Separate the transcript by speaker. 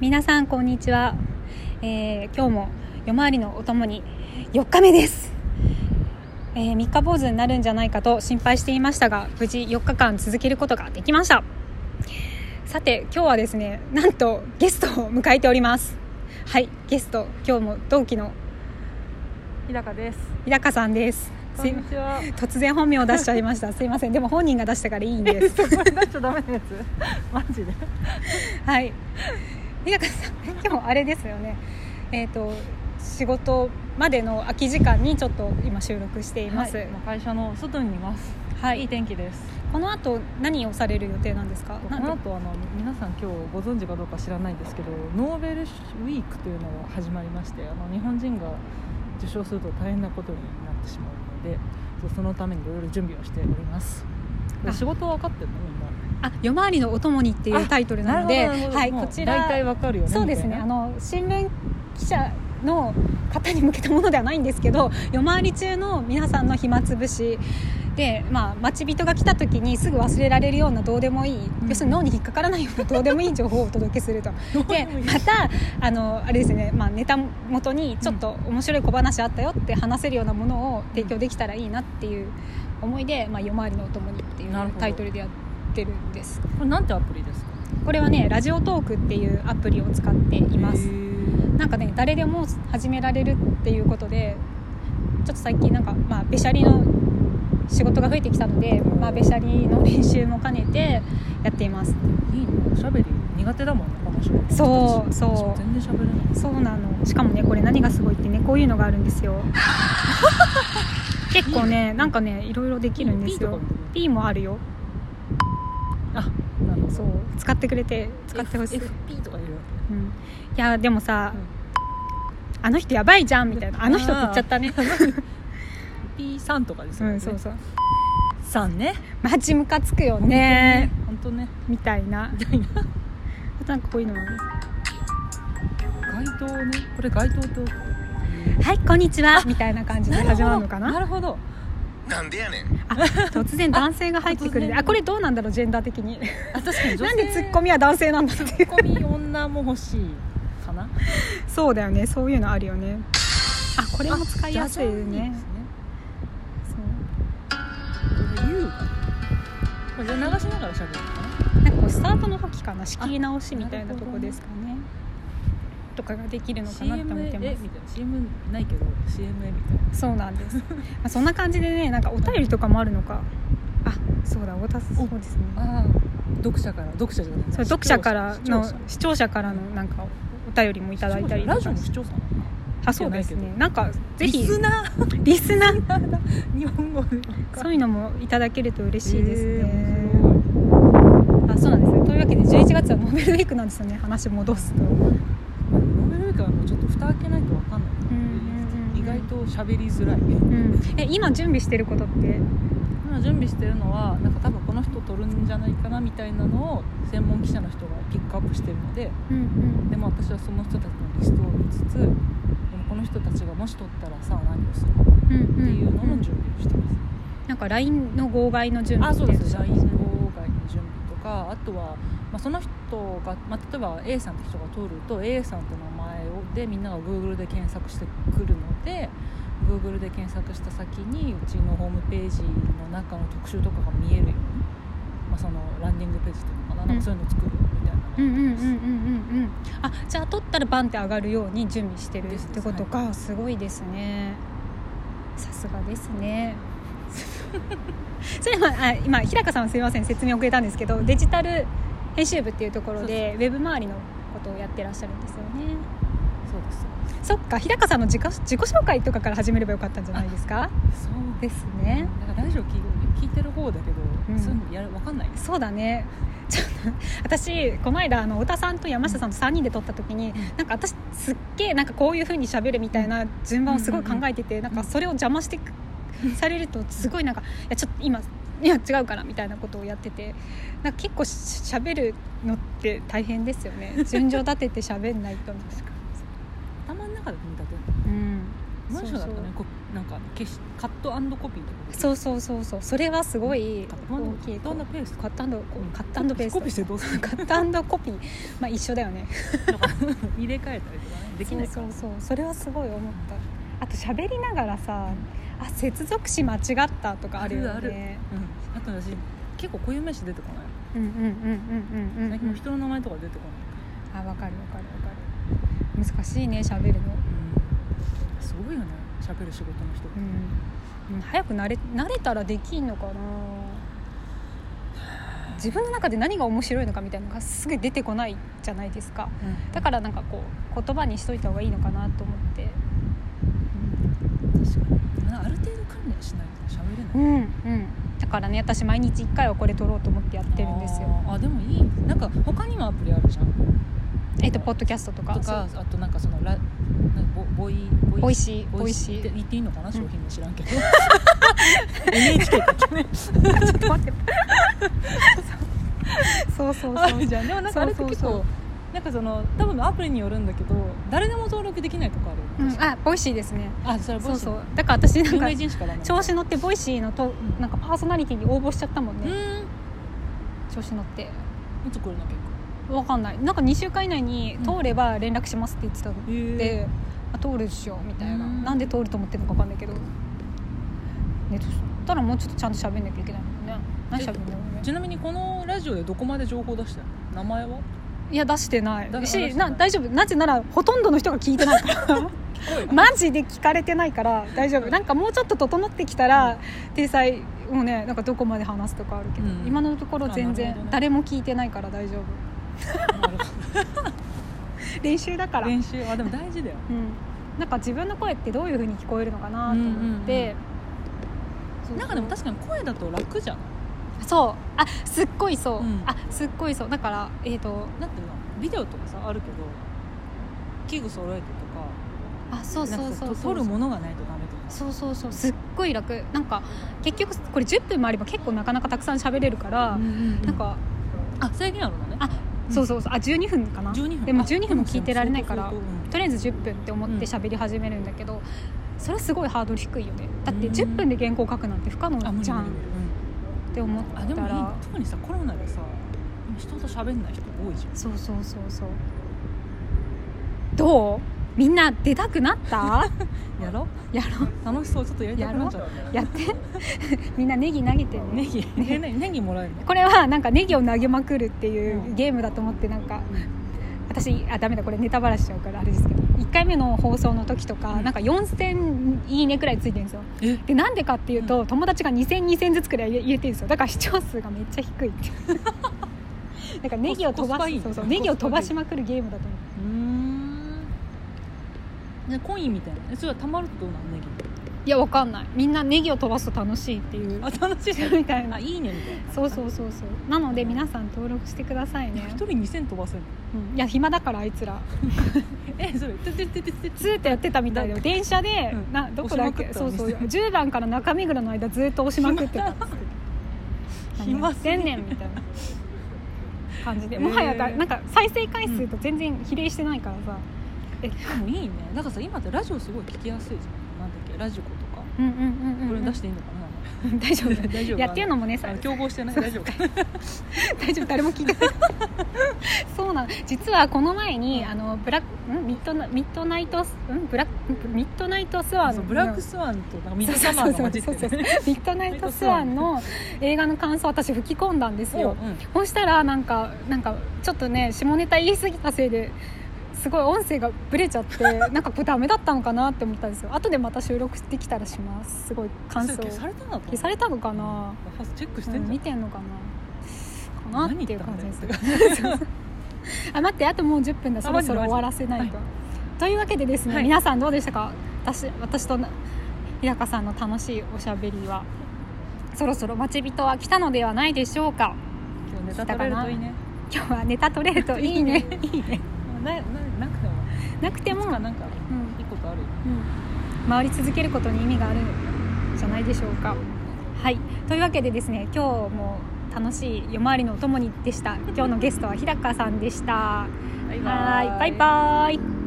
Speaker 1: 皆さんこんにちは、えー今日も夜回りのお供に4日目です、えー三日坊主になるんじゃないかと心配していましたが無事4日間続けることができましたさて今日はですねなんとゲストを迎えておりますはいゲスト今日も同期の
Speaker 2: 日高です。
Speaker 1: 日高さんです
Speaker 2: こ
Speaker 1: すい
Speaker 2: んにちは。
Speaker 1: 突然本名を出しちゃいましたすいませんでも本人が出したからいいんです
Speaker 2: そこに出しちゃダメなやつ。 マジで。
Speaker 1: はい。美香さん、今日あれですよね。えっ、と、仕事までの空き時間にちょっと今収録しています。は
Speaker 2: はい
Speaker 1: い。
Speaker 2: 今会社の外にいます。いい天気です。
Speaker 1: この後、何をされる予定なんですか。
Speaker 2: こ
Speaker 1: なん
Speaker 2: の
Speaker 1: と
Speaker 2: 後あの皆さん今日ご存知かどうか知らないですけど、ノーベルウィークというのが始まりまして、あの日本人が受賞すると大変なことになってしまうので、そうそのためにいろいろ準備をしております。
Speaker 1: あ
Speaker 2: 仕事は分かってるのみんな。
Speaker 1: あ、夜回りのお供にっていうタイトルなので、
Speaker 2: るほど
Speaker 1: はい、
Speaker 2: もう
Speaker 1: こちら。
Speaker 2: 大体わかるよね。
Speaker 1: そうです
Speaker 2: み
Speaker 1: ね。
Speaker 2: たい
Speaker 1: あ
Speaker 2: な
Speaker 1: の新聞記者の方に向けたものではないんですけど、夜回り中の皆さんの暇つぶし。でまあ、待ち人が来た時にすぐ忘れられるようなどうでもいい、
Speaker 2: うん
Speaker 1: 要するに脳に引っかからないようなどうでもいい情報をお届けす るとでまたあのあれですね、まあ、ネタ元にちょっと面白い小話あったよって話せるようなものを提供できたらいいなっていう思いで「まあ、夜回りのお供に」っていう
Speaker 2: なるほど
Speaker 1: タイトルでやってるんです
Speaker 2: これなんてアプリですか。
Speaker 1: これはねラジオトークっていうアプリを使っています
Speaker 2: へー
Speaker 1: なんかね誰でも始められるっていうことでちょっと最近なんかまあべしゃりの仕事が増えてきたので、まあ、べしゃりの練習も兼ねてやっています
Speaker 2: いいねおしゃべり苦手だもんねこの人
Speaker 1: そうそう
Speaker 2: 全然しゃべれない
Speaker 1: そうなのしかもねこれ何がすごいってねこういうのがあるんですよ結構ねなんかねいろいろできるんですよ P もあるよ
Speaker 2: なるほど
Speaker 1: そう使ってくれて使ってほしい、
Speaker 2: F- FP とかいるよ
Speaker 1: うん、いやでもさ、
Speaker 2: うん
Speaker 1: あの人やばいじゃんみたいなあの人って言っちゃったね
Speaker 2: P さんとかです
Speaker 1: う
Speaker 2: よね
Speaker 1: んそうそう
Speaker 2: さんね
Speaker 1: マジムカつくよね
Speaker 2: 本当ね
Speaker 1: みたいな
Speaker 2: みたいな
Speaker 1: あとなんかこういうのもある
Speaker 2: 街灯ねこれ街灯と
Speaker 1: はいこんにちはみたいな感じで始まるのかな
Speaker 2: なるほど
Speaker 3: なんでやねん
Speaker 1: あ突然男性が入ってくるね
Speaker 2: 突然
Speaker 1: あこれどうなんだろうジェンダー的に
Speaker 2: あ確かに女
Speaker 1: な
Speaker 2: 性
Speaker 1: んでツッコミは男性なんだ って
Speaker 2: ツッコミ女も欲しいかな
Speaker 1: そうだよねそういうのあるよねあこれも使いやすいねそ
Speaker 2: これ U これ流しながらしゃべるのかな
Speaker 1: うなんかこうスタートの時かな仕切り直しみたいなとこですかねとかができるのかなって思ってま
Speaker 2: CMA
Speaker 1: す
Speaker 2: みたいな CM ないけど CMA みたいな
Speaker 1: そうなんです、まあ、そんな感じでねなんかお便りとかもあるのかあそうだ太田さん
Speaker 2: お
Speaker 1: そうですね
Speaker 2: ああ読者から読者じゃない
Speaker 1: そう
Speaker 2: 視聴
Speaker 1: 読者からの視
Speaker 2: 視
Speaker 1: 聴者からのなんかお便りもいただいたりとか
Speaker 2: ラジオの視聴者なの
Speaker 1: あそうです
Speaker 2: じゃない
Speaker 1: ね
Speaker 2: け
Speaker 1: なんかぜひ
Speaker 2: リスナー
Speaker 1: リスナー
Speaker 2: 日本語で
Speaker 1: そういうのもいただけると嬉しいですね、
Speaker 2: え
Speaker 1: あそうなんですねというわけで11月はノーベルウィークなんですよね話戻すと
Speaker 2: ーノーベルウィークはもうちょっと蓋開けないとわかんない
Speaker 1: うん
Speaker 2: 意外と喋りづらい
Speaker 1: うんえ今準備してることって
Speaker 2: 今準備してるのはなんか多分この人撮るんじゃないかなみたいなのを専門記者の人がピックアップしてるのででも私はその人たちのリストを見つつでもこの人たちがもし撮ったらさあ何をするのっ
Speaker 1: って
Speaker 2: ていうのの準備をしてます
Speaker 1: なんか LINE の号外の準備
Speaker 2: あそうです
Speaker 1: って
Speaker 2: LINE の外の準備とかあとは、まあ、その人が、まあ、例えば A さんって人が通ると A さんって名前をでみんなが Google で検索してくるので Google で検索した先にうちのホームページの中の特集とかが見えるように、まあ、そのランディングページっていうのかななんかそういうのを作るみたいなのが
Speaker 1: うんうんうんうんうんうんあじゃあ取ったらバンって上がるように準備してるってことか、すごいですねさすがです ねそれはあ今日高さんはすみません説明遅れたんですけどデジタル編集部っていうところでウェブ周りのことをやってらっしゃるんですよね
Speaker 2: そうです
Speaker 1: そっか日高さんの自己自己紹介とかから始めればよかったんじゃないですか
Speaker 2: そう
Speaker 1: ですね
Speaker 2: だからラジオ聞い聞いてる方だけど、
Speaker 1: うん
Speaker 2: そういうのやるわかんないです
Speaker 1: そうだねちょっと私この間あの太田さんと山下さんと3人で撮った時になんか私すっげえなんかこういう風にしゃべるみたいな順番をすごい考えててなんかそれを邪魔してくされるとすごいなんかいやちょっと今いや違うからみたいなことをやっててなんか結構ししゃべるのって大変です よね順序立ててしゃべんないとみたいな、
Speaker 2: 頭の中で組み立てる
Speaker 1: うん、
Speaker 2: 文章だとねこうなんか消しカットコピーとかう
Speaker 1: そうそうそうそうそれはすごい
Speaker 2: カット
Speaker 1: 大きい
Speaker 2: カットペースト
Speaker 1: カットアンドこうカットアンドペースト
Speaker 2: コピーしてどうす る
Speaker 1: カットアンドコピーまあ一緒だよね
Speaker 2: とか入れ替えたりとかねできないから
Speaker 1: そうそうそうそれはすごい思ったあと喋りながらさあ接続詞間違ったとかあるよね
Speaker 2: あるうん、あと私結構固有名詞出てこない
Speaker 1: うんうんうんうんうん
Speaker 2: 最
Speaker 1: う
Speaker 2: 近もうん人の名前とか出てこない、
Speaker 1: あわかるわかるわかる難しいね喋るの
Speaker 2: すごいよね喋る仕事の人、
Speaker 1: うん、うん、早く慣れ慣れたらできんのかな自分の中で何が面白いのかみたいなのがすぐ出てこないじゃないですかだからなんかこう言葉にしといた方がいいのかなと思って
Speaker 2: 確かにある程度訓練しないと喋れない、
Speaker 1: うんうんだからね私毎日1回はこれ撮ろうと思ってやってるんですよ
Speaker 2: あーあでもいいなんか他にもアプリあるじゃん
Speaker 1: えっとポッドキャストとか
Speaker 2: とかあとなんかそのラなんかボボイボ
Speaker 1: ボイシー
Speaker 2: ボ
Speaker 1: ボ
Speaker 2: イ
Speaker 1: イ
Speaker 2: シ
Speaker 1: シ
Speaker 2: ーって
Speaker 1: ー
Speaker 2: 言っていいのかな商品も知 らんけど NHK だっけね
Speaker 1: ちょっと待ってそうそうそう
Speaker 2: あ
Speaker 1: そう
Speaker 2: るじゃんでもなんかあれって結
Speaker 1: そうそ
Speaker 2: 構
Speaker 1: う
Speaker 2: なんかその多分アプリによるんだけど誰でも登録できないとこあるよね、
Speaker 1: うん、あボイシーですね
Speaker 2: あそれボ
Speaker 1: そ
Speaker 2: イ
Speaker 1: う
Speaker 2: シ
Speaker 1: そ
Speaker 2: ー
Speaker 1: うだから私なん
Speaker 2: 有
Speaker 1: か
Speaker 2: 名人しかダメ
Speaker 1: 調子乗ってボイシーのとなんかパーソナリティに応募しちゃったもん
Speaker 2: う
Speaker 1: ね
Speaker 2: ん
Speaker 1: 調子乗って
Speaker 2: いつ来るの結構
Speaker 1: わかんないなんか2週間以内に
Speaker 2: うん
Speaker 1: 通れば連絡しますって言ってたの
Speaker 2: え
Speaker 1: で、あ通るっしょみたいな
Speaker 2: うん
Speaker 1: なんで通ると思ってるのかわかんないけどねそしたらもうちょっとちゃんと喋んなきゃいけないもんね何喋んだろうね
Speaker 2: ちなみにこのラジオでどこまで情報出したの名前 はい
Speaker 1: や出してな
Speaker 2: だ
Speaker 1: いしな
Speaker 2: 出してない
Speaker 1: 大丈夫なぜならほとんどの人が聞いてないから マジで聞かれてないから大丈夫なんかもうちょっと整ってきたら体裁もうねなんかどこまで話すとかあるけど、
Speaker 2: うん
Speaker 1: 今のところ全
Speaker 2: あなるほど
Speaker 1: 然
Speaker 2: ね
Speaker 1: 誰も聞いてないから大丈夫練習だから、う
Speaker 2: 練習あでも大事だよ
Speaker 1: ん、なんか自分の声ってどういうふうに聞こえるのかなと思って、そうそう
Speaker 2: なんかでも確かに声だと楽じゃん
Speaker 1: そうあすっごいそう、
Speaker 2: うん
Speaker 1: あすっごいそうだからえっ、と
Speaker 2: なんていうのビデオとかさあるけど器具揃えてとか
Speaker 1: あそうそうそう
Speaker 2: なん
Speaker 1: そう
Speaker 2: かさと撮るものがないとダメとか
Speaker 1: そうそうそうすっごい楽なんか結局これ10分もあれば結構なかなかたくさん喋れるから、なんか
Speaker 2: あ制限あるのね
Speaker 1: あ
Speaker 2: うん
Speaker 1: そうそうそうあ12分かなと
Speaker 2: 12分
Speaker 1: でも
Speaker 2: あ
Speaker 1: 12分も聞いてられないから
Speaker 2: そうそうそう
Speaker 1: りあえず10分って思って喋り始めるんだけど、それはすごいハードル低いよねだって
Speaker 2: うん
Speaker 1: 10分で原稿書くなんて不可
Speaker 2: うんあ無
Speaker 1: 能
Speaker 2: 理
Speaker 1: じゃんっ
Speaker 2: 無理無理
Speaker 1: て思っ
Speaker 2: あで
Speaker 1: た
Speaker 2: もいい
Speaker 1: ら
Speaker 2: 特にさコロナでさ人と喋んない人多いじゃん
Speaker 1: そうそうそうそうどうみんな出たくなった
Speaker 2: やろ
Speaker 1: やろ
Speaker 2: 楽しそうちょっとやりたくなっちゃった
Speaker 1: うやって みんなネギ投げてね
Speaker 2: ネギえ何ネギもらえるの
Speaker 1: これはなんかネギを投げまくるっていううんゲームだと思ってなんか私あダメだこれネタバラしちゃうからあれですけど1回目の放送の時とか、
Speaker 2: うん
Speaker 1: なんか4000いいねくらいついてるんですよ
Speaker 2: え
Speaker 1: でなんでかっていうと、友達が20002000ずつくらい入れ入れてるんですよだから視聴数がめっちゃ低いっていうなんかネギを飛
Speaker 2: コスコスパ
Speaker 1: ば
Speaker 2: いい
Speaker 1: す
Speaker 2: ね
Speaker 1: そうそう
Speaker 2: コスパい
Speaker 1: ネ
Speaker 2: い
Speaker 1: ギを飛ばしまくるゲームだと思って
Speaker 2: うーんねコインみたいなえそれはたまるとどうなんネギ
Speaker 1: いやわかんないみんなネギを飛ばすと楽しいっていう
Speaker 2: あ楽しい
Speaker 1: みたい
Speaker 2: あ
Speaker 1: ない
Speaker 2: いねみたい な
Speaker 1: そうそうそうそうなので皆さん登録してくださいね
Speaker 2: 一、人2000飛ばせるの
Speaker 1: うんいや暇だからあいつら
Speaker 2: えそれててててて
Speaker 1: ずーっとやってたみたいで電車で、
Speaker 2: うん
Speaker 1: などこだっけ
Speaker 2: 押し
Speaker 1: そ
Speaker 2: ま
Speaker 1: うそ
Speaker 2: くったの
Speaker 1: う10番から中目黒の間ずっと押しまくってたんですけど
Speaker 2: 暇すぎる
Speaker 1: 何やってんねんみたいな感じで
Speaker 2: へー
Speaker 1: もはやだなんか再生回数と全然比例してないからさ、
Speaker 2: でもいいねだからさ今ってラジオすごい聞きやすいじゃんなんだっけラジコとか
Speaker 1: うん、うんうんうん
Speaker 2: これ出してていいのかな
Speaker 1: 大丈夫
Speaker 2: 大丈夫
Speaker 1: い やっていうのもねさ
Speaker 2: あの競合してない大丈夫か
Speaker 1: 大丈夫誰も聞いて ないそうなの実はこの前にあのブラックんミッドナミッドナイトスんブラックミッドナイトスワン
Speaker 2: そ
Speaker 1: の
Speaker 2: うブラックスワンとなんかミッドサマーが混じっ
Speaker 1: そ
Speaker 2: て
Speaker 1: うそうそう
Speaker 2: る
Speaker 1: ミッドナイトスワンの映画の感想を私吹き込んだんです
Speaker 2: おう
Speaker 1: よ
Speaker 2: うん
Speaker 1: そうしたらなんかなんかちょっとね下ネタ言い過ぎたせいですごい音声がブレちゃってな んかこれダメだったのかなって思ったんですよ後でまた収録できたらしますすごい感想
Speaker 2: それ
Speaker 1: 消
Speaker 2: 消されたんだと思う
Speaker 1: されたのかな、
Speaker 2: うんチェックし
Speaker 1: う
Speaker 2: てん
Speaker 1: ん
Speaker 2: じ
Speaker 1: 見
Speaker 2: ゃ
Speaker 1: てんのかなか
Speaker 2: ん
Speaker 1: なっ
Speaker 2: 何
Speaker 1: てい
Speaker 2: 言
Speaker 1: う
Speaker 2: ったん
Speaker 1: 感
Speaker 2: だ
Speaker 1: じ
Speaker 2: よ
Speaker 1: で
Speaker 2: っ
Speaker 1: す
Speaker 2: て
Speaker 1: あ待ってあともう10分だ
Speaker 2: あ
Speaker 1: そろそろ
Speaker 2: マジでマ
Speaker 1: 終
Speaker 2: ジで
Speaker 1: わらせないと、
Speaker 2: は
Speaker 1: というわけでですね、
Speaker 2: はい
Speaker 1: 皆さんどうでしたか私私とな日高さんの楽しいおしゃべりはそろそろ待ち人は来たのではないでしょうか
Speaker 2: 今日ネタ取れるといいね
Speaker 1: 今日はネタ取れるといいね いいね
Speaker 2: なななくても
Speaker 1: なくて
Speaker 2: で
Speaker 1: も、
Speaker 2: も
Speaker 1: うんう、
Speaker 2: なんんかいいことあるよ
Speaker 1: 回り続けることに意味があるんじゃないでしょうかはいというわけでですね今日も楽しい夜回りのお供にでした今日のゲストは日高さんでした
Speaker 2: バイ
Speaker 1: はいバイバイ